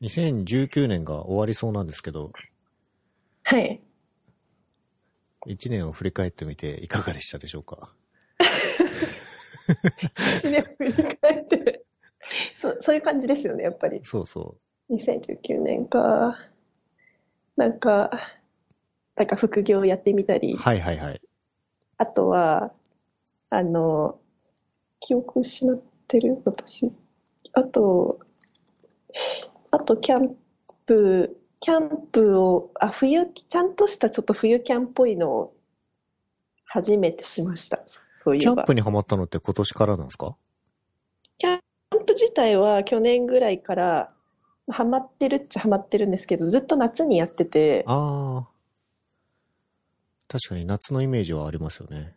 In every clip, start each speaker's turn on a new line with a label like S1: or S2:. S1: 2019年が終わりそうなんですけど、
S2: はい。
S1: 1年を振り返ってみていかがでしたでしょうか
S2: 一年振り返ってそう、そういう感じですよね、やっぱり。
S1: そうそ
S2: 2019年か。なんか、なんか副業やってみたり
S1: う。、はいはいはい。
S2: あとは、あの、記憶失ってる私。あと、あとキャンプ、キャンプを、あ、冬、ちゃんとしたちょっと冬キャンっぽいのを初めてしました。そうい
S1: キャ
S2: え
S1: ン
S2: ば。
S1: プにハマったのって今年からなんですか
S2: キャンプ自体は去年ぐらいからハマってるっちゃハマってるんですけど、ずっと夏にやってて、
S1: ああ。確かに夏のイメージはありますよね。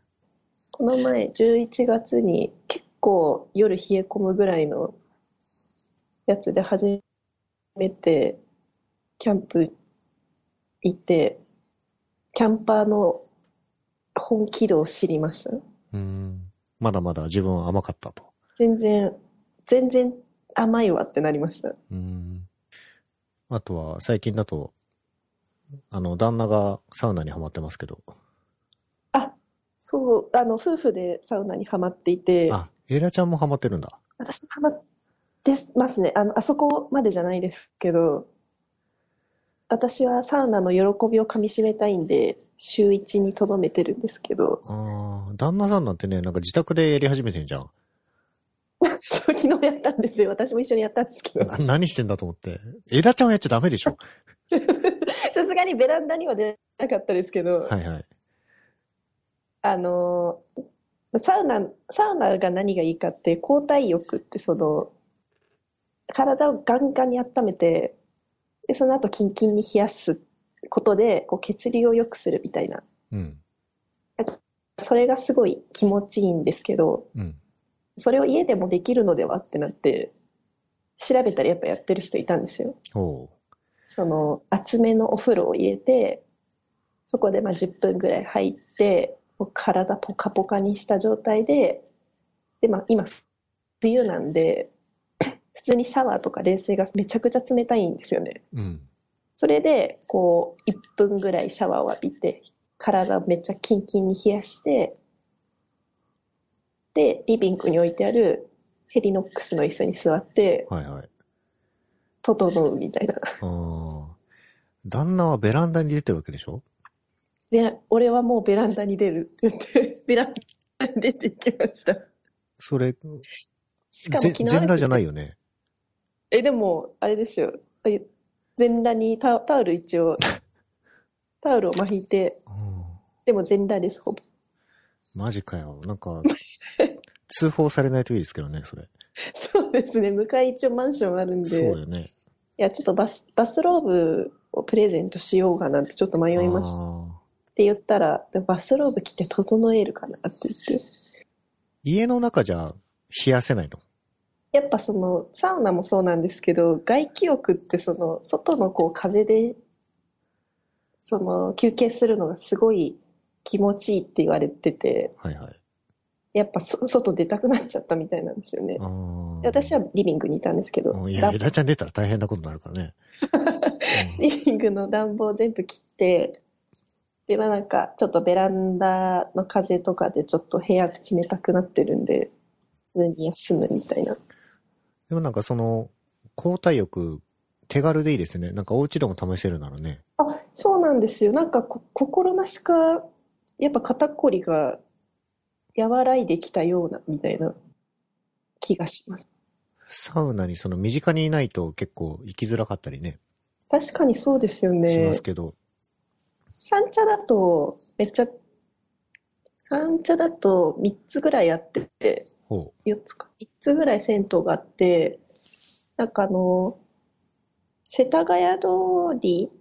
S2: この前11月に結構夜冷え込むぐらいのやつで初めてキャンプ行って、キャンパーの本気度を知りました。
S1: うーん。まだまだ自分は甘かったと。
S2: 全然、全然甘いわってなりました。
S1: うーん。あとは最近だと、あの、旦那がサウナにハマってますけど。
S2: あ、そう、あの、夫婦でサウナにハマっていて、
S1: あ、エイラちゃんもハマってるんだ。
S2: 私ハマってますね。あの、あそこまでじゃないですけど、私はサウナの喜びをかみしめたいんで、週一にとどめてるんですけど、
S1: ああ、旦那さんなんてね、なんか自宅でやり始めてんじゃん。
S2: そう昨日やったんですよ。私も一緒にやったんですけど、
S1: な何してんだと思って。エイラちゃんはやっちゃダメでしょ。
S2: さすがにベランダには出なかったですけど、
S1: はいはい。
S2: あのー、サウナ、サウナが何がいいかって、交代浴ってその、体をガンガンに温めて、で、その後キンキンに冷やすことで、こう血流を良くするみたいな。
S1: うん。
S2: それがすごい気持ちいいんですけど、
S1: うん。
S2: それを家でもできるのではってなって、調べたらやっぱやってる人いたんですよ。
S1: おう。
S2: その、厚めのお風呂を入れて、そこでまあ10分ぐらい入って、もう体ポカポカにした状態で、で、まあ今、冬なんで、普通にシャワーとか冷水がめちゃくちゃ冷たいんですよね。
S1: うん。
S2: それで、こう、1分ぐらいシャワーを浴びて、体をめっちゃキンキンに冷やして、で、リビングに置いてあるヘリノックスの椅子に座って、
S1: はいはい。
S2: 整うみたいな。
S1: ああ。旦那はベランダに出てるわけでしょ
S2: で、俺はもうベランダに出るって言って、ベランダに出て行きました。
S1: それ、
S2: しかも
S1: ぜ
S2: 昨日。
S1: 全裸じゃないいよね。
S2: え、でも、あれですよ。え全裸にタタオル 一応、タオルを巻いて、
S1: うん。
S2: でも全裸です、ほぼ。
S1: マジかよ。なん か、通報されないといいですけどね、それ。
S2: そうですね。向かい一応マンションあるんで。
S1: そうよね。
S2: いや、ちょっとバス、バスローブをプレゼントしようかなってちょっと迷いましたっ
S1: ああ
S2: て言ったら、でもバスローブ着て整えるかなって言って。
S1: 家の中じゃ冷やせないの。
S2: やっぱその、サウナもそうなんですけど、外気浴ってその、外のこう風で、その、休憩するのがすごい気持ちいいって言われてて、
S1: はいはい。
S2: やっぱそ外出たくなっちゃったみたいなんですよね。
S1: ああ。
S2: で私はリビングにいたんですけど、
S1: うんいや、
S2: 暖
S1: エラちゃん出たら大変なことになるから ね。うん
S2: リビングの暖房全部切って、で、まあなんか、ちょっとベランダの風とかでちょっと部屋冷たくなってるんで、普通に休むみたいな。
S1: でもなんかその、交代浴、手軽でいいですね。なんかお家でも試せるならね。
S2: あ、そうなんですよ。なんかこ、心なしか、やっぱ肩こりが和らいできたような、みたいな気がします。
S1: サウナにその身近にいないと結構行きづらかったりね、
S2: 確かにそうですよ
S1: しま
S2: ね
S1: す。けど。
S2: 三茶だと、めっちゃ、三茶だと3つぐらいあって、
S1: ほ
S2: 4つか、3つぐらい銭湯があって、なんかあの、世田谷通り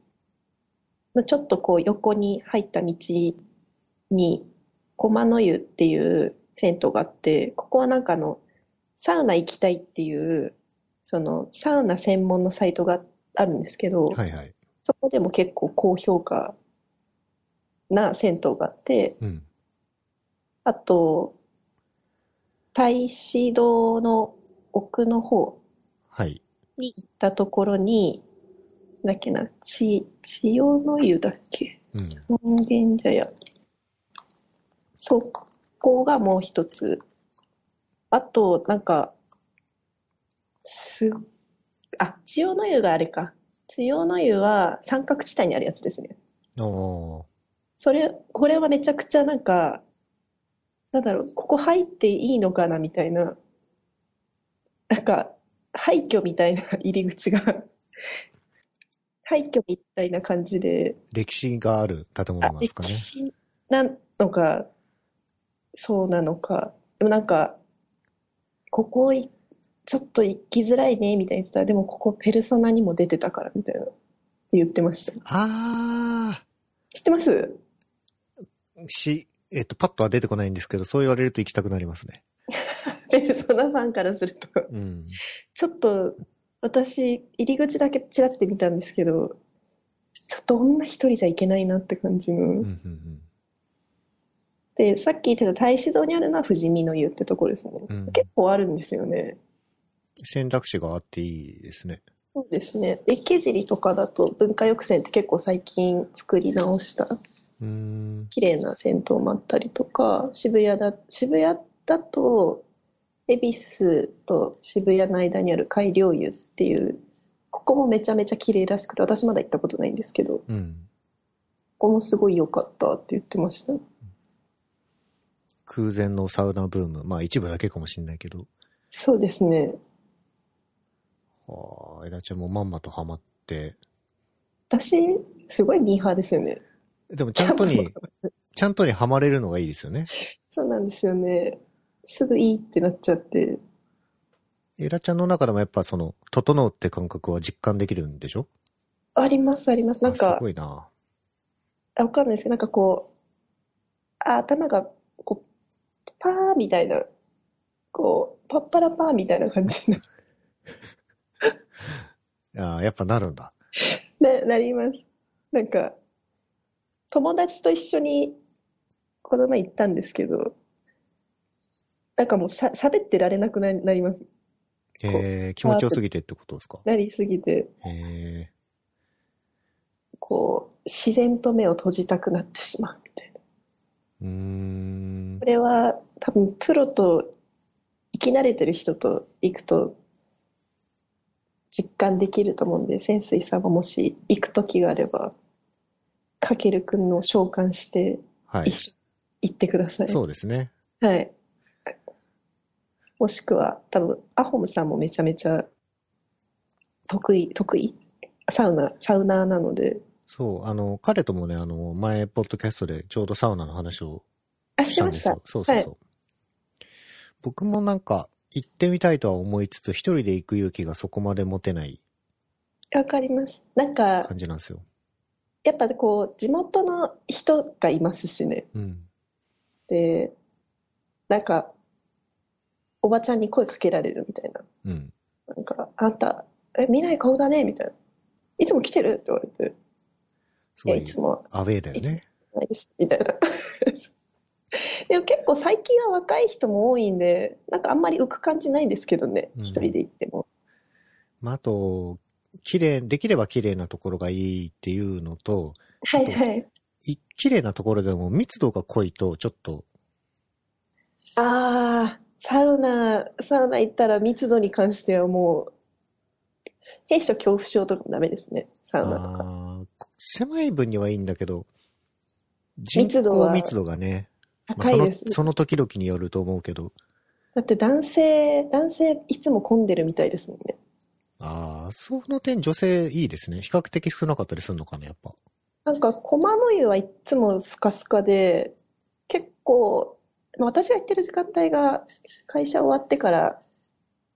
S2: のちょっとこう横に入った道に、駒の湯っていう銭湯があって、ここはなんかあの、サウナ行きたいっていう、その、サウナ専門のサイトがあるんですけど、
S1: う。はいはい。
S2: そこでも結構高評価な銭湯があって、
S1: うん。
S2: あと、太子堂の奥の方
S1: はい。
S2: に行ったところに、なんだっけな、ち、千代の湯だっけ
S1: うん。
S2: 門限茶屋。そこがもう一つ。あと、なんか、す、あ、千代の湯があれか。千代の湯は三角地帯にあるやつですね。
S1: ああ。
S2: それ、これはめちゃくちゃなんか、なんだろう、ここ入っていいのかなみたいな、なんか、廃墟みたいな入り口が、 廃墟みたいな感じで、
S1: 歴史がある建物
S2: あ、
S1: なんですかね
S2: 歴。史なのか、そうなのか、でもなんか、ここい、ちょっと行きづらいね、みたいに言ってたら、でもここペルソナにも出てたから、みたいな、言ってました。
S1: あ
S2: 知ってます
S1: あ。し、えっと、パッとは出てこないんですけど、そう言われると行きたくなりますね。
S2: ペルソナファンからすると。
S1: うん。
S2: ちょっと私入り口だけちらって見たんですけどちょっと女一人じゃいけないなって感じの、
S1: うん、うん、うん。
S2: でさっき言ってた太子堂にあるのは富士見の湯ってとこですね、
S1: うん
S2: 結構あるんですよね
S1: 選択肢があっていいですね。
S2: そうですねで池尻とかだと文化浴船って結構最近作り直した
S1: うーん。
S2: 綺麗な銭湯もあったりとか渋谷だ渋谷だと恵比寿と渋谷の間にある海良湯っていうここもめちゃめちゃ綺麗らしくて私まだ行ったことないんですけど
S1: うん。
S2: ここもすごい良かったって言ってました。
S1: 空前のサウナブーム。まあ一部だけかもしれないけど。
S2: そうですね。
S1: ああ、エラちゃんもまんまとハマって。
S2: 私、すごいミーハーですよね。
S1: でもちゃんと に、ちゃんとにハマれるのがいいですよね。
S2: そうなんですよね。すぐいいってなっちゃって。
S1: エラちゃんの中でもやっぱその、整うって感覚は実感できるんでしょ
S2: あります、あります。なん
S1: あす
S2: か
S1: ご、いな。
S2: あ、わかんないですけど、なんかこう、あ、頭が、こう、パーみたいな、こう、パッパラパーみたいな感じに
S1: ああ、やっぱなるんだ。
S2: な、 なります。なんか、友達と一緒に、この前行ったんですけど、なんかもうしゃ、喋ってられなくなりなります。
S1: ええ気持ちよすぎてってことですか
S2: なりすぎて。
S1: ええ
S2: こう、自然と目を閉じたくなってしまうみたいな。
S1: うーん
S2: こ。れは多分プロと生き慣れてる人と行くと実感できると思うんで、潜水さんはもし行く時があれば、かけるくんの召喚して
S1: はい。
S2: 一緒に行ってください。
S1: そうですね。
S2: はい。もしくは多分アホムさんもめちゃめちゃ得意、得意サウナ、サウナーなので。
S1: そう、あの、彼ともね、あの、前、ポッドキャストでちょうどサウナの話を
S2: あ、
S1: し
S2: し
S1: てたん
S2: ま
S1: で
S2: し
S1: す
S2: た
S1: よ。。そうそうそう。僕もなんか、行ってみたいとは思いつつ、一人で行く勇気がそこまで持てない
S2: わかります。なんか、
S1: 感じなんですよ。
S2: やっぱこう地元の人がいますしね
S1: うん。
S2: でなんかおばちゃんに声かけられるみたいな
S1: うん。
S2: なんか「あんたえ見ない顔だね」みたいな「いつも来てる?」って言われて「
S1: すご
S2: いや
S1: い
S2: い、つも
S1: アウェーだよね。
S2: ないです」みたいな でも結構最近は若い人も多いんでなんかあんまり浮く感じないんですけどね
S1: うん
S2: 一人で行っても
S1: まあ、あと、綺麗、できれば綺麗なところがいいっていうのと、
S2: はいはい
S1: い綺麗なところでも密度が濃いと、ちょっと、
S2: ああ、サウナ、サウナ行ったら密度に関してはもう、閉所恐怖症とかもダメですね、サ
S1: あ
S2: ウナとか。
S1: ー狭い分にはいいんだけど、人
S2: 密度
S1: 口
S2: は
S1: 密度がね、まあ、
S2: 高
S1: そ
S2: い
S1: の、
S2: です。
S1: その時々によると思うけど、
S2: だって男性、男性いつも混んでるみたいですもんね。
S1: ああ、その点女性いいですね。比較的少なかったりするのかな、やっぱ。
S2: なんか駒の湯はいつもスカスカで、結構、まあ私が行ってる時間帯が会社終わってから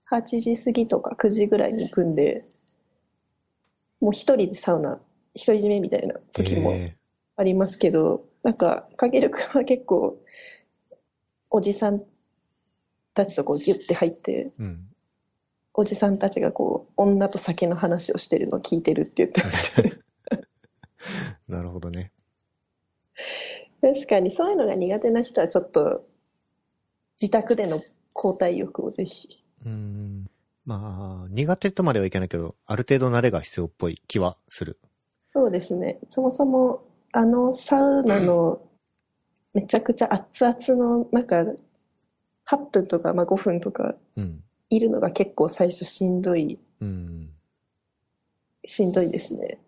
S2: 8時過ぎとか9時ぐらいに行くんで、もう一人でサウナ、独り占めみたいな時も。
S1: え
S2: ありますけど、なんか、かげるくんは結構、おじさんたちとこうギュッて入って、
S1: えうん。
S2: おじさんたちがこう、女と酒の話をしてるのを聞いてるって言ってましたね。
S1: なるほどね。
S2: 確かにそういうのが苦手な人はちょっと、自宅での交代欲をぜひ。
S1: うん。まあ、苦手とまではいけないけど、ある程度慣れが必要っぽい気はする。
S2: そうですね。そもそも、あのサウナの、めちゃくちゃ熱々の中、8分とか、まあ、5分とか、
S1: うん。
S2: いるのが結構最初しんどい、
S1: うん。
S2: しんどいですね。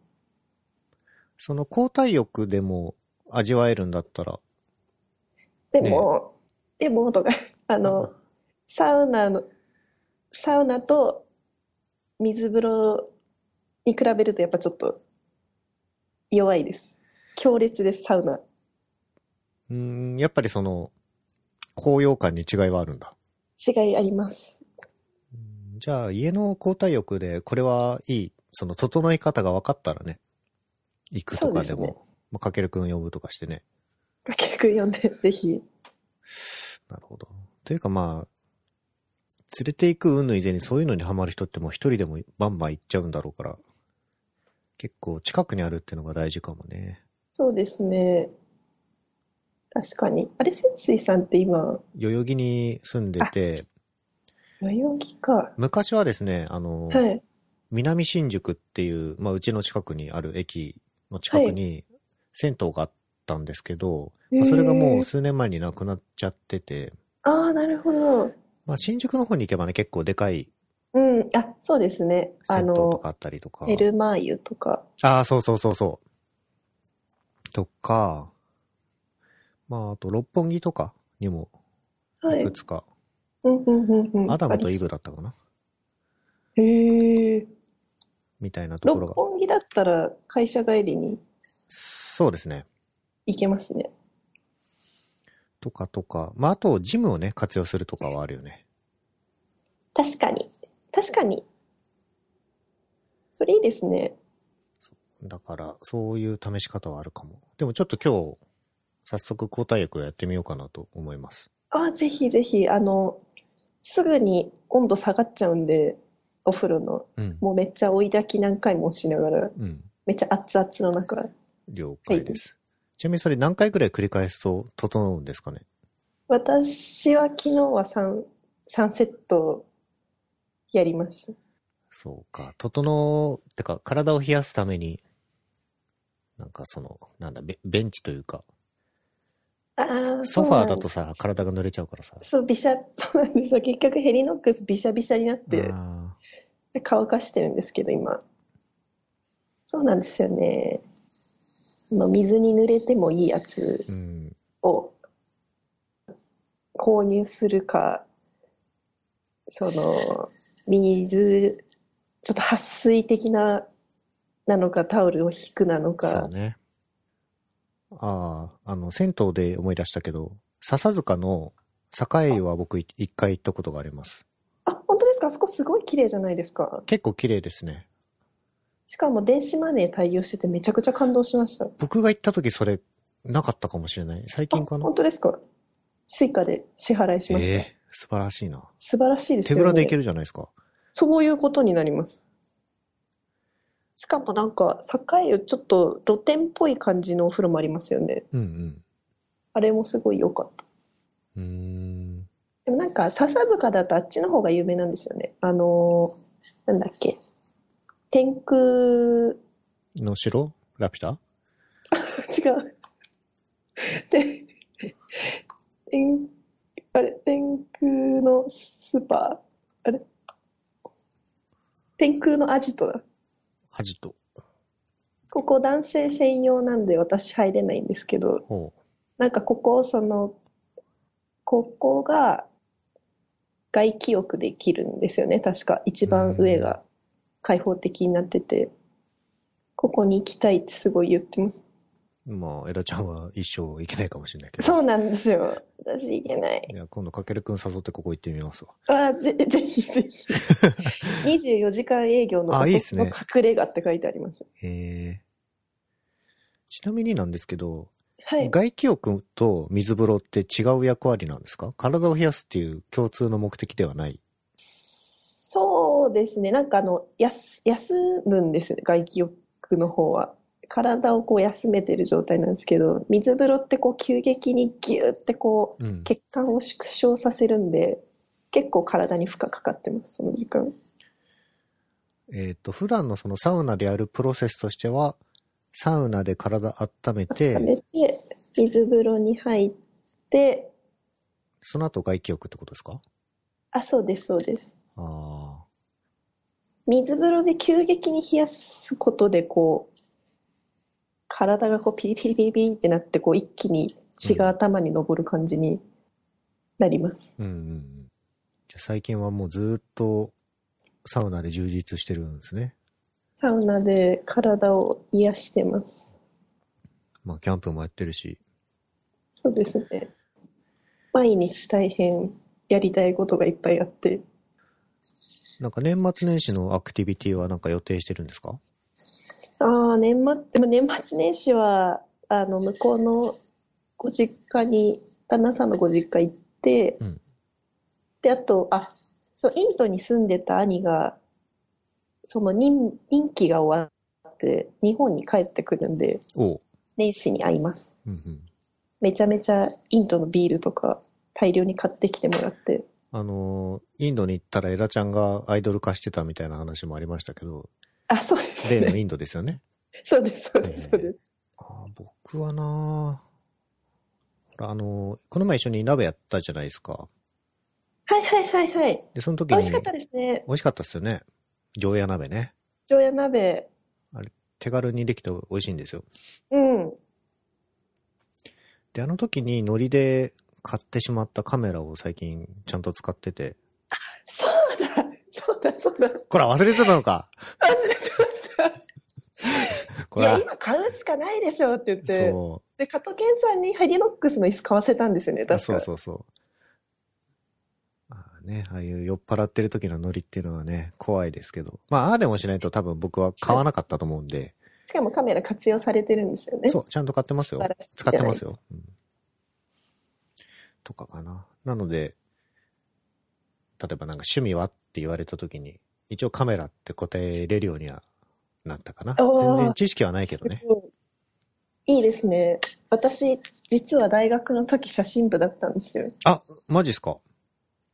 S1: その交代浴でも味わえるんだったら、
S2: でも、でも、とか、あの、サウナの、サウナと水風呂に比べるとやっぱちょっと弱いです。強烈です、サウナ。
S1: うん、やっぱりその、高揚感に違いはあるんだ。
S2: 違いあります。
S1: うんじゃあ、家の交代浴で、これはいい、その、整え方が分かったらね、行くとかで
S2: そうです
S1: も、まあ、かけるくん呼ぶとかしてね。
S2: 結局読んで、ぜひ。
S1: なるほど。というかまあ、連れて行く云々以前にそういうのにハマる人ってもう一人でもバンバン行っちゃうんだろうから、結構近くにあるっていうのが大事かもね。
S2: そうですね。確かに。あれ、泉水さんって今、
S1: 代々木に住んでて、
S2: 代々木か。
S1: 昔はですね、あの、
S2: はい。
S1: 南新宿っていう、まあうちの近くにある駅の近くに銭湯があったんですけど、まあそれがも
S2: へ
S1: う
S2: ー
S1: 数年前になくなっちゃってて、
S2: ああ、なるほど。
S1: まあ新宿の方に行けばね、結構でかい
S2: うん。あ、そうですね。あ
S1: 銭湯と
S2: の
S1: か、あったりとか。
S2: エルマーユとか。
S1: ああ、そうそうそうそう。とか、まあ、あと、六本木とかにも、
S2: はいい
S1: く。つか、
S2: うんうんうんうん。
S1: アダムとイブ
S2: あ
S1: だったかな
S2: りへえ。
S1: みたいなところが。
S2: 六本木だったら会社帰りに
S1: そうですね。
S2: 行けますね。
S1: とかとか、まあ、あと、ジムをね、活用するとかはあるよね。
S2: 確かに。確かに。それいいですね。
S1: だから、そういう試し方はあるかも。でも、ちょっと今日、早速、交代役をやってみようかなと思います。
S2: ああ、ぜひぜひ、あの、すぐに温度下がっちゃうんで、お風呂の。
S1: うん。
S2: もうめっちゃ追い炊き何回もしながら、
S1: うん。
S2: めっちゃ熱々の中。
S1: 了解です。ちなみに、それ何回くらい繰り返すと、整うんですかね
S2: 私は昨日は3、三セットやりました。
S1: そうか、整う、てか、体を冷やすために、なんかその、なんだ、ベベンチというか、
S2: ああ、
S1: ソフ
S2: そう
S1: ァ
S2: な
S1: ー
S2: ん
S1: だとさ、体が濡れちゃうからさ。
S2: そう、びしゃ、 そうなんですよ。結局ヘリノックスびしゃびしゃになって、
S1: あー
S2: 乾かしてるんですけど、今。そうなんですよね。その水に濡れてもいいやつ
S1: うん。
S2: を購入するか、その、水、ちょっと撥水的な、なのか、タオルを引くなの
S1: そ
S2: か
S1: う。ね。ああ、あの、銭湯で思い出したけど、笹塚の栄湯は僕い一回行ったことがあります。
S2: あ、本当ですかあそこすごい綺麗じゃないですか。
S1: 結構綺麗ですね。
S2: しかも電子マネー対応しててめちゃくちゃ感動しました。
S1: 僕が行った時それ、なかったかもしれない。最近か
S2: あ
S1: な
S2: 本当ですかスイカで支払いしました。
S1: ええ素晴らしいな。
S2: 素晴らしいです
S1: 手
S2: よ
S1: ぶ
S2: ね。
S1: らで行けるじゃないですか。
S2: そういうことになります。しかもなんか、栄湯ちょっと露天っぽい感じのお風呂もありますよね。
S1: うんうん。
S2: あれもすごい良かった。
S1: うーん。
S2: でもなんか、笹塚だとあっちの方が有名なんですよね。あのーなんだっけ。天空、
S1: の城ラピュタ
S2: 違う。で、天、あれ、天空のスーパー、あれ天空のアジトだ。
S1: アジト。
S2: ここ男性専用なんで私入れないんですけど、
S1: ほう。
S2: なんかここ、その、ここが外気浴できるんですよね、確か。一番上が開放的になってて、ここに行きたいってすごい言ってます。
S1: まあ、エラちゃんは一生行けないかもしれないけど。
S2: そうなんですよ。私行けない。
S1: いや、今度、かけるくん誘ってここ行ってみますわ。
S2: あーぜ、ぜひぜ ひ。24時間営業の
S1: あ
S2: 男
S1: いいっすね
S2: の隠れ家って書いてあります。
S1: へえ。ちなみになんですけど、
S2: はい。
S1: 外気浴と水風呂って違う役割なんですか体を冷やすっていう共通の目的ではない。
S2: そうですね。なんかあの、やす、休むんですよね。外気浴の方は。体をこう休めてる状態なんですけど、水風呂ってこう急激にギューってこ
S1: うん
S2: う、血管を縮小させるんで、結構体に負荷かかってます、その時間。
S1: えっ、と、普段のそのサウナでやるプロセスとしては、サウナで体温め
S2: 食
S1: て、
S2: べて、水風呂に入って、
S1: その後外気浴ってことですか
S2: あ、そうです、そうです。
S1: ああ。
S2: 水風呂で急激に冷やすことで、こう、体がこうピリピリピリピリってなって、こう一気に血が頭に上る感じになります。
S1: うんうんうん。じゃあ最近はもうずーっとサウナで充実してるんですね。
S2: サウナで体を癒してます。
S1: まあ、キャンプもやってるし。
S2: そうですね。毎日大変やりたいことがいっぱいあって、
S1: なんか年末年始のアクティビティはなんか予定してるんですか
S2: ああ、年末、でも年末年始は、あの、向こうのご実家に、旦那さんのご実家行って
S1: うん、
S2: で、あと、あ、そう、インドに住んでた兄が、その任、任期が終わって、日本に帰ってくるんで、
S1: おう。
S2: 年始に会います。
S1: うんうん。
S2: めちゃめちゃインドのビールとか大量に買ってきてもらって、
S1: あのーインドに行ったらエラちゃんがアイドル化してたみたいな話もありましたけ ど、
S2: あ、そうです
S1: 例の
S2: ね。
S1: インドですよね。
S2: そうです、そうです、そうです。
S1: あー僕はなーほらあのーこの前一緒に鍋やったじゃないですか。
S2: はいはいはいはい。
S1: で、その時に。
S2: 美味しかったですね。
S1: 美味しかったっすよね。常夜鍋ね。
S2: 常夜鍋。
S1: 手軽にできて美味しいんですよ。
S2: うん。
S1: で、あの時にノリで買ってしまったカメラを最近ちゃんと使ってて。
S2: そうだ、そうだ、そうだ。忘れて
S1: こら忘れてたのか
S2: ました。
S1: こ
S2: いや、
S1: ら。
S2: 今買うしかないでしょって言って、
S1: そ
S2: で、加藤健さんにハリノックスの椅子買わせたんですよね、
S1: う。あ
S2: 確
S1: そう
S2: か。
S1: そうそう。あーね、ああいう酔っ払ってる時のノリっていうのはね、怖いですけど。まあ、ああでもしないと多分僕は買わなかったと思うんで。
S2: しかもカメラ活用されてるんですよね。
S1: そう、ちゃんと買ってます
S2: 素
S1: よ
S2: 晴。らしい
S1: 使っ
S2: じゃ
S1: て
S2: ない
S1: ますよ。うん、とかかな。なので、例えばなんか趣味はって言われた時に、一応カメラって答えれるようにはなったかな。
S2: おー
S1: 全然知識はないけどね。
S2: うんいいですね。私、実は大学の時写真部だったんですよ。
S1: あ、マジっすか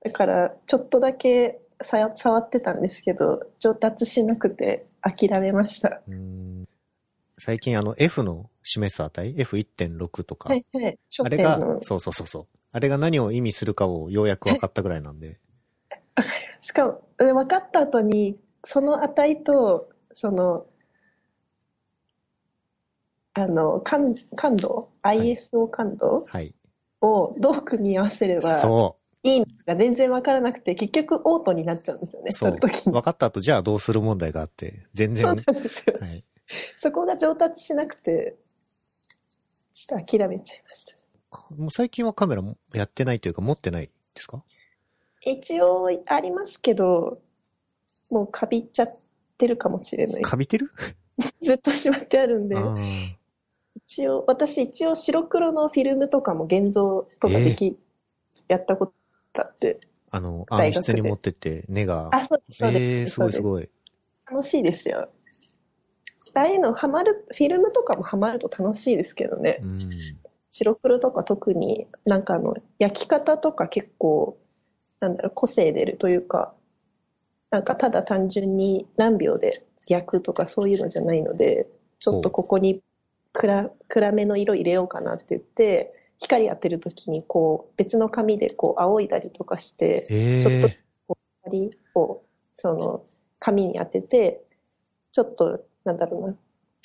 S2: だから、ちょっとだけさ触ってたんですけど、上達しなくて諦めました。
S1: うーん最近あの F の示す値 ?F1.6 とか。
S2: はいはい。書
S1: あれ
S2: 店
S1: が
S2: の、。
S1: そうそうそうそう。あれが何を意味するかをようやく分かったぐらいなん で。
S2: しかも、え分かった後に、その値と、その、あの、感感度、
S1: い
S2: ISO 感度
S1: はい。
S2: をどう組み合わせれば
S1: そ
S2: いいのか全然分からなくて、結局オートになっちゃうんですよね、
S1: そう
S2: その時
S1: う。
S2: に。
S1: 分かった後、じゃあどうする問題があって、全然。
S2: そう
S1: は
S2: なんですよ。
S1: い。
S2: そこが上達しなくて、ちょっと諦めちゃいました。
S1: もう最近はカメラもやってないというか持ってないですか
S2: 一応ありますけど、もうカビっちゃってるかもしれない。
S1: カビてる
S2: ずっとしまってあるんで
S1: あ。ー
S2: 一応、私一応白黒のフィルムとかも現像とかでき、やったことあって。
S1: あの、
S2: 大学
S1: 暗
S2: で
S1: 室に持ってって根が。
S2: あ、そうです、そうです。
S1: えー、すごいす
S2: そう
S1: ごい。
S2: です楽しいですよ。ああいうのハマる、フィルムとかもハマると楽しいですけどね。
S1: うん。
S2: 白黒とか特になんかあの、焼き方とか結構、なんだろう、個性出るというか、なんかただ単純に何秒で焼くとかそういうのじゃないので、ちょっとここに暗暗めの色入れようかなって言って、光当てるときにこう別の紙でこう仰いだりとかして、
S1: え
S2: ちょっ
S1: ー
S2: と、光をその紙に当てて、ちょっとなんだろ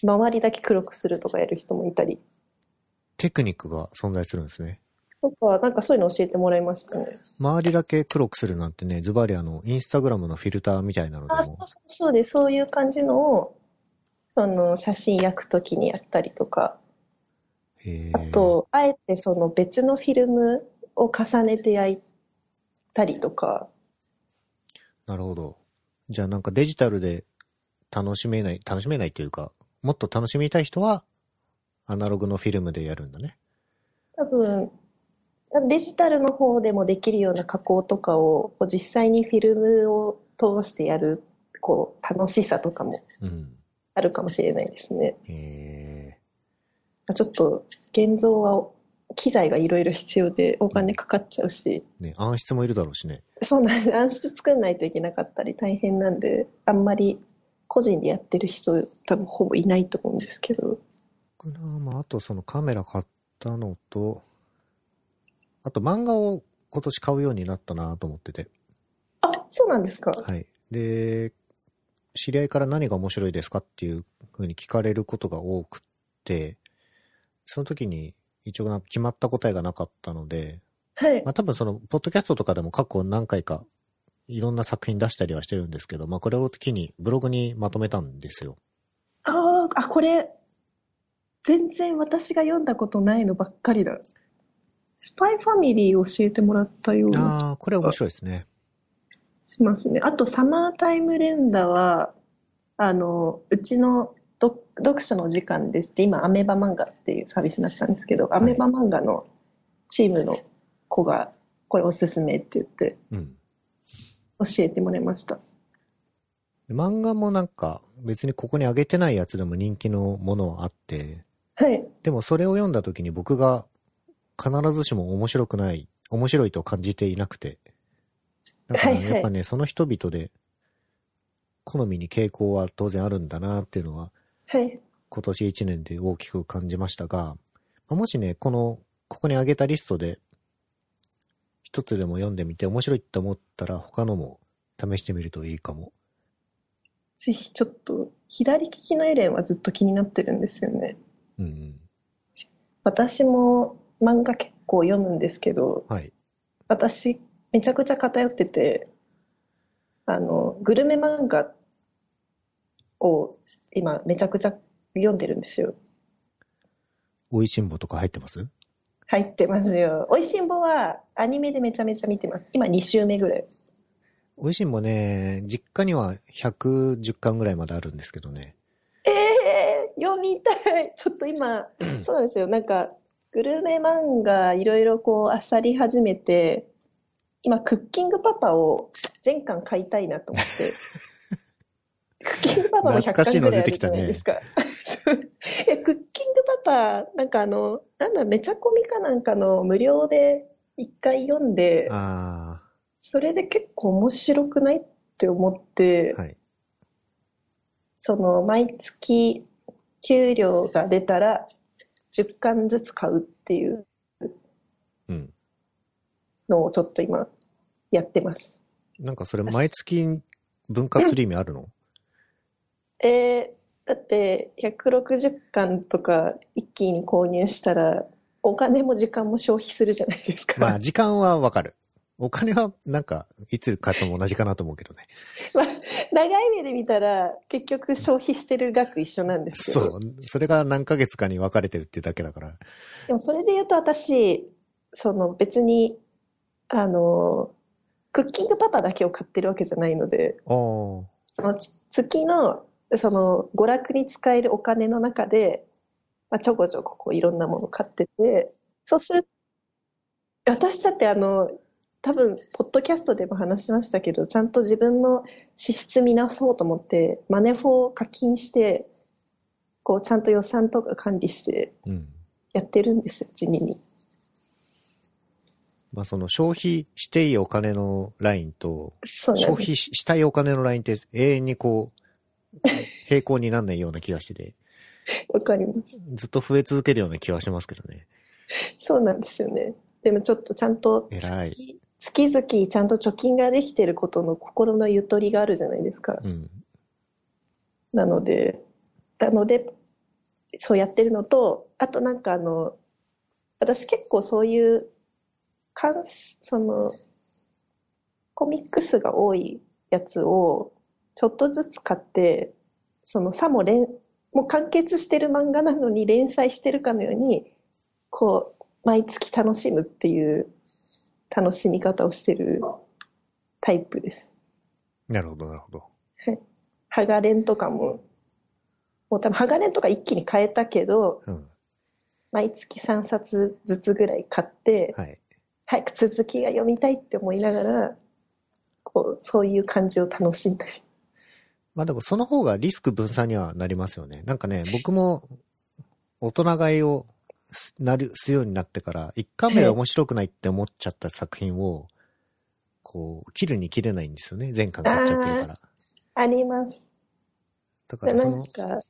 S2: うな、周りだけ黒くするとかやる人もいたり
S1: テクニックが存在するんですね。
S2: とか、なんかそういうの教えてもらいましたね。
S1: 周りだけ黒くするなんてね、ズバリあの、インスタグラムのフィルターみたいなので
S2: あ、そう
S1: も。
S2: そうそうで、そういう感じのを、その写真焼くときにやったりとか、
S1: え
S2: あ
S1: ー、
S2: と、あえてその別のフィルムを重ねて焼いたりとか、
S1: なるほど。じゃあなんかデジタルで楽しめない、楽しめないというか、もっと楽しみたい人は、アナログのフィルムでやるんだね。
S2: 多分、多分デジタルの方でもできるような加工とかを、こう実際にフィルムを通してやる、こう、楽しさとかも
S1: うん。
S2: あるかもしれないですね。
S1: え
S2: まあちょっと、現像は機材がいろいろ必要でお金かかっちゃうし、
S1: ね、暗室もいるだろうしね。
S2: そうなんです。暗室作んないといけなかったり大変なんで、あんまり個人でやってる人多分ほぼいないと思うんですけど。
S1: 僕な、まあ、あとそのカメラ買ったのと、あと漫画を今年買うようになったなと思ってて。
S2: あ、そうなんですか。
S1: はい。で、知り合いから何が面白いですかっていうふうに聞かれることが多くって、その時に一応なんか決まった答えがなかったので、
S2: はい
S1: ま。あ多分その、ポッドキャストとかでも過去何回かいろんな作品出したりはしてるんですけど、まあこれを機にブログにまとめたんですよ。
S2: ああ、あ、これ、全然私が読んだことないのばっかりだ。スパイファミリー教えてもらったような
S1: ああ、これ面白いですね。
S2: 気しますね。あと、サマータイムレンダは、あの、うちの読読書の時間ですって、今、アメーバ漫画っていうサービスになったんですけど、アメーバ漫画のチームの子が、これおすすめって言って
S1: うん。
S2: 教えてもらいました。
S1: 漫画もなんか別にここに上げてないやつでも人気のものはあって、
S2: はい。
S1: でもそれを読んだ時に僕が必ずしも面白くない、面白いと感じていなくて。だから
S2: はい
S1: ね
S2: はい
S1: やっぱね、その人々で好みに傾向は当然あるんだなっていうのは
S2: はい。
S1: 今年1年で大きく感じましたが、まあもしね、この、ここに挙げたリストで、一つでも読んでみて面白いって思ったら他のも試してみるといいかも。
S2: ぜひ、ちょっと、左利きのエレンはずっと気になってるんですよね。
S1: うんうん。
S2: 私も漫画結構読むんですけど、
S1: はい。
S2: 私めちゃくちゃ偏ってて、あの、グルメ漫画を今めちゃくちゃ読んでるんですよ。
S1: 美味しんぼとか入ってます
S2: 入ってますよ。おいしんぼはアニメでめちゃめちゃ見てます。今2週目ぐらい。
S1: 美味しんぼね、実家には110巻ぐらいまであるんですけどね。
S2: ええ読みたい。ちょっと今、そうなんですよ。なんか、グルメ漫画いろいろこう、あさり始めて、今、クッキングパパを全巻買いたいなと 思って。クッキングパパも100
S1: 懐かしい
S2: 巻
S1: の
S2: ぐ
S1: 出
S2: らいあ
S1: て
S2: る
S1: き
S2: じ
S1: た
S2: ゃない
S1: ね
S2: ですか。 え、クッキングパパ、なんかあの、なんだ、めちゃコミかなんかの無料で一回読んで、
S1: あ
S2: それで結構面白くないって思って
S1: あ、、はい。
S2: その毎月給料が出たら10巻ずつ買うっていう
S1: うん。
S2: のをちょっと今やってます。
S1: なんかそれ毎月分割リームあるの
S2: えー、だって160巻とか一気に購入したらお金も時間も消費するじゃないですか。
S1: まあ時間はわかる。お金はなんかいつ買っても同じかなと思うけどね。
S2: 長い目で見たら結局消費してる額一緒なん ですけど。
S1: そう。それが何ヶ月かに分かれてるっていうだけだから。
S2: でもそれで言うと私、その別に、あの、クッキングパパだけを買ってるわけじゃないので、
S1: ああ。
S2: そのち月の、その娯楽に使えるお金の中で、まあ、ちょこちょここういろんなもの買ってて、そうする私だってあの、多分、ポッドキャストでも話しましたけど、ちゃんと自分の支出見直そうと思って、マネフォを課金して、こう、ちゃんと予算とか管理して
S1: うん。
S2: やってるんです、地味に。
S1: まあその消費していいお金のラインと、
S2: そうなん
S1: 消
S2: です。
S1: 費ししたいお金のラインって永遠にこう、平行になんないような気がしてて、
S2: わかります。
S1: ずっと増え続けるような気はしますけどね。
S2: そうなんですよね。でもちょっとちゃんと
S1: 偉い。
S2: 月月々ちゃんと貯金ができてることの心のゆとりがあるじゃないですか。
S1: うん。
S2: なので、なので、そうやってるのと、あとなんかあの、私結構そういう、かん、その、コミックスが多いやつを、ちょっとずつ買って、その、さも連、もう完結してる漫画なのに連載してるかのように、こう、毎月楽しむっていう楽しみ方をしてるタイプです。
S1: なるほど、なるほど。
S2: ハガレンとかも、もう多分ハガレンとか一気に変えたけど、
S1: うん。
S2: 毎月3冊ずつぐらい買って、
S1: はい。
S2: 早く続きが読みたいって思いながら、こう、そういう感じを楽しんだり。
S1: まあでもその方がリスク分散にはなりますよね。なんかね、僕も大人買いをすなる、すようになってから、一回目で面白くないって思っちゃった作品を、こう、切るに切れないんですよね。全巻買っちゃってるから。
S2: あります。
S1: だか
S2: で
S1: ら
S2: な
S1: そ
S2: ん
S1: の
S2: か、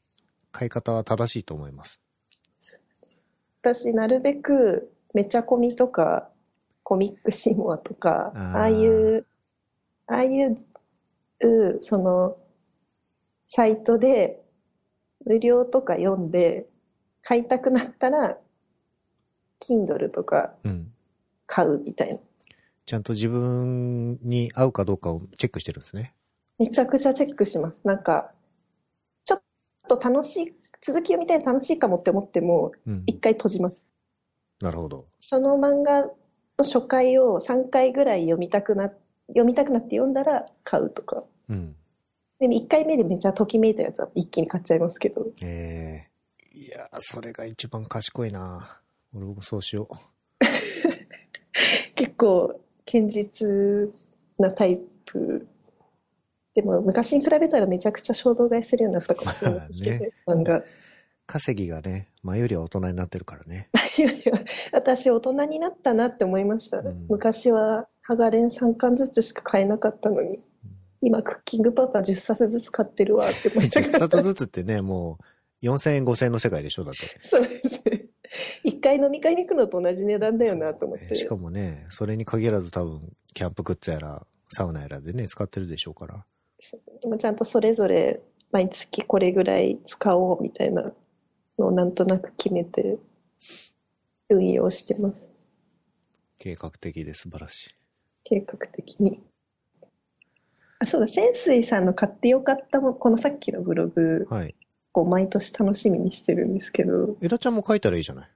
S1: 買い方は正しいと思います。
S2: 私、なるべく、めちゃコミとか、コミックシモアとか、
S1: あー
S2: ああいう、ああいう、うその、サイトで、無料とか読んで、買いたくなったら、Kindle とか
S1: うん。
S2: 買うみたいな。
S1: ちゃんと自分に合うかどうかをチェックしてるんですね。
S2: めちゃくちゃチェックします。なんか、ちょっと楽しい、続きを見て楽しいかもって思っても、
S1: うん。
S2: 一回閉じます。
S1: なるほど。
S2: その漫画の初回を3回ぐらい読みたくな、読みたくなって読んだら買うとか。
S1: うん。
S2: で1回目でめちゃときめいたやつは一気に買っちゃいますけど。
S1: ええいやー、それが一番賢いな俺もそうしよう。
S2: 結構、堅実なタイプ。でも、昔に比べたらめちゃくちゃ衝動買いするようになったかもしれないですけど、漫画。
S1: 稼ぎがね、前よりは大人になってるからね。
S2: いやいや、私大人になったなって思いました。
S1: うん
S2: 昔はハガレン3巻ずつしか買えなかったのに、今クッキングパパ10冊ずつ買ってるわ って思っちゃ
S1: 10
S2: う。
S1: 冊ずつってね、もう、4000円、5000円の世界でしょ、だって。
S2: そうですね。一回飲み会に行くのと同じ値段だよなと思っ
S1: そうね
S2: て
S1: し。かもね、それに限らず多分、キャンプグッズやら、サウナやらでね、使ってるでしょうから。
S2: 今ちゃんとそれぞれ毎月これぐらい使おうみたいなのをなんとなく決めて運用してます。
S1: 計画的で素晴らしい。
S2: 計画的に。あ、そうだ、泉水さんの買ってよかったもん、このさっきのブログ。
S1: はい。
S2: こう毎年楽しみにしてるんですけど
S1: 枝ちゃんも書いたらいいじゃない。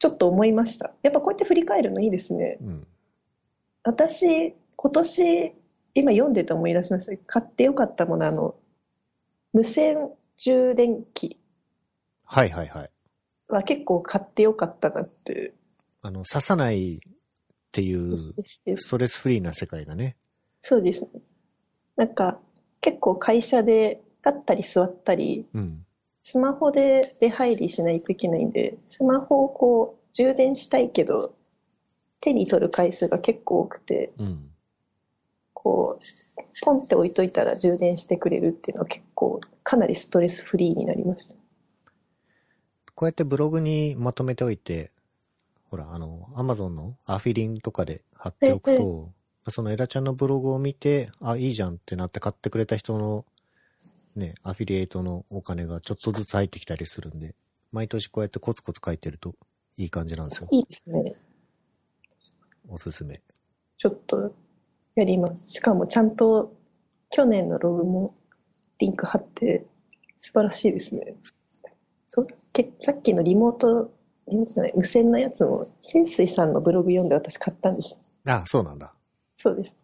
S2: ちょっと思いましたやっぱこうやって振り返るのいいですね
S1: うん。
S2: 私今年今読んでて思い出しました買ってよかったものあの無線充電器
S1: はいはいはい。
S2: は結構買ってよかったなって、
S1: あの、刺さないっていう、ストレスフリーな世界がね。
S2: そうですねなんか結構会社で立ったり座ったり
S1: うん。
S2: スマホで出入りしないといけないんで、スマホをこう充電したいけど、手に取る回数が結構多くて、
S1: うん。
S2: こう、ポンって置いといたら充電してくれるっていうのは結構、かなりストレスフリーになりました。
S1: こうやってブログにまとめておいて、ほら、あの、アマゾンのアフィリンとかで貼っておく
S2: う
S1: と、そのエラちゃんのブログを見て、あ、いいじゃんってなって買ってくれた人の、ね、アフィリエイトのお金がちょっとずつ入ってきたりするんで、毎年こうやってコツコツ書いてるといい感じなんですよ。
S2: いいですね。
S1: おすすめ。
S2: ちょっとやります。しかもちゃんと去年のログもリンク貼って、素晴らしいですね。そうけさっきのリモート、リモートじゃない、無線のやつも、潜水さんのブログ読んで私買ったんです。
S1: あ、そうなんだ。
S2: そうです。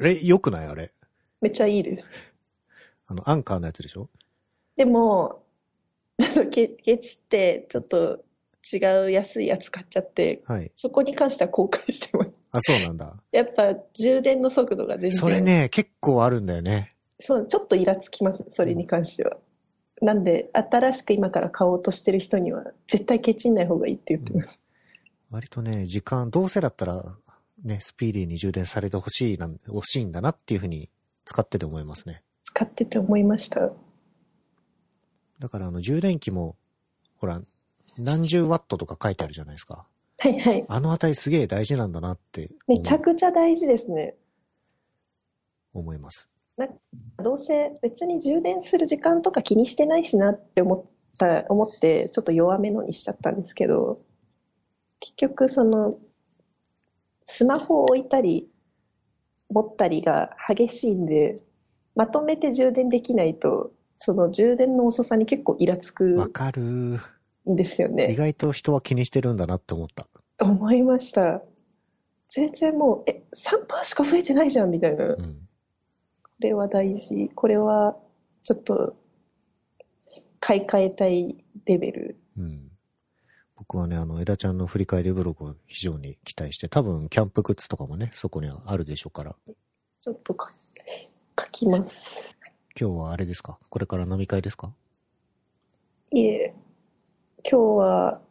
S1: あれ、良くないあれ。
S2: めっちゃいいです。
S1: あの、アンカーのやつでしょ
S2: でも、 ちょっとケケチって、ちょっと違う安いやつ買っちゃって、
S1: はい。
S2: そこに関しては後悔してます。
S1: あ、そうなんだ。
S2: やっぱ充電の速度が全然、
S1: それね、結構あるんだよね。
S2: そう、ちょっとイラつきます、それに関しては。なんで、新しく今から買おうとしてる人には、絶対ケチんない方がいいって言ってます。
S1: 割とね、時間、どうせだったら、ね、スピーディーに充電されてほしいなん、欲しいんだなっていうふうに使ってて思いますね。
S2: 使ってて思いました。
S1: だからあの、充電器も、ほら、何十ワットとか書いてあるじゃないですか。
S2: はいはい。
S1: あの値すげえ大事なんだなって思
S2: め
S1: い
S2: ちゃくちゃ大事ですね。
S1: 思います。
S2: どうせ別に充電する時間とか気にしてないしなって思った、思ってちょっと弱めのにしちゃったんですけど、結局その、スマホを置いたり、持ったりが激しいんで、まとめて充電できないと、その充電の遅さに結構イラつ
S1: わ
S2: く
S1: かる。
S2: んですよ
S1: 意
S2: ね。
S1: 外と人は気にしてるんだなって思った。
S2: 思いました。全然もう、え、3%しか増えてないじゃんみたいな。
S1: うん。
S2: これは大事。これは、ちょっと、買い替えたいレベル。
S1: うん。僕はね、あの、エラちゃんの振り返りブログを非常に期待して、多分、キャンプグッズとかもね、そこにはあるでしょうから。
S2: ちょっとか書きます。
S1: 今日はあれですかこれから飲み会ですか
S2: いえ、今日は、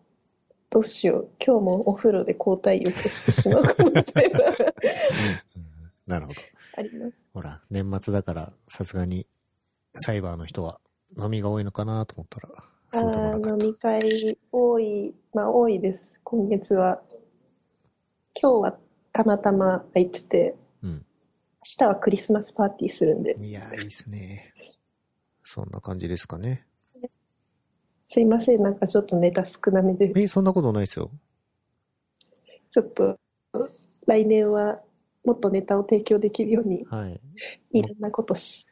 S2: どうしよう。今日もお風呂で交代浴してしまうかもし れない。
S1: なるほど。
S2: あります。
S1: ほら、年末だから、さすがに、サイバーの人は、飲みが多いのかなと思ったら、
S2: あ
S1: そうでもなかっ
S2: ー飲
S1: た。
S2: み会多い、まあ多いです、今月は。今日はたまたま空いてて、
S1: うん。
S2: 明日はクリスマスパーティーするんで、
S1: いやー、いいっすね。そんな感じですかね。
S2: すいません、なんかちょっとネタ少なめで、
S1: え、そんなことないっすよ。
S2: ちょっと来年はもっとネタを提供できるように、
S1: はい。
S2: いろんなことし。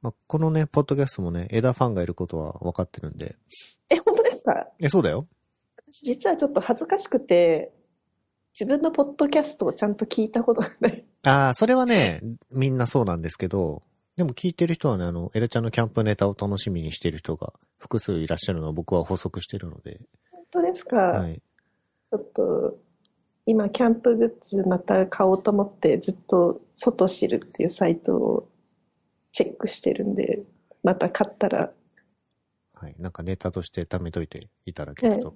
S1: まあ、このね、ポッドキャストもね、枝ファンがいることは分かってるんで。
S2: え、本当ですか
S1: え、そうだよ。
S2: 私実はちょっと恥ずかしくて、自分のポッドキャストをちゃんと聞いたことがない。
S1: ああ、それはね、みんなそうなんですけど、でも聞いてる人はね、あの、エラちゃんのキャンプネタを楽しみにしてる人が複数いらっしゃるのは僕は補足してるので、
S2: 本当ですか
S1: はい。
S2: ちょっと今キャンプグッズまた買おうと思ってずっと外知るっていうサイトをチェックしてるんでまた買ったら
S1: はい。なんかネタとして貯めといていただけると。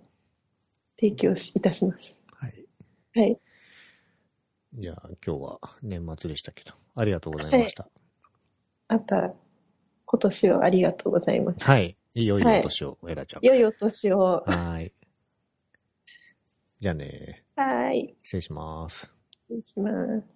S2: 提供しいたします
S1: はい。
S2: はい
S1: じゃあ今日は年末でしたけど、ありがとうございました。
S2: また今年はありがとうございます
S1: はい。いいよいいお年を、エラちゃん。
S2: 良いお年を
S1: はい。じゃあね、
S2: はい
S1: 失礼します。
S2: 失礼します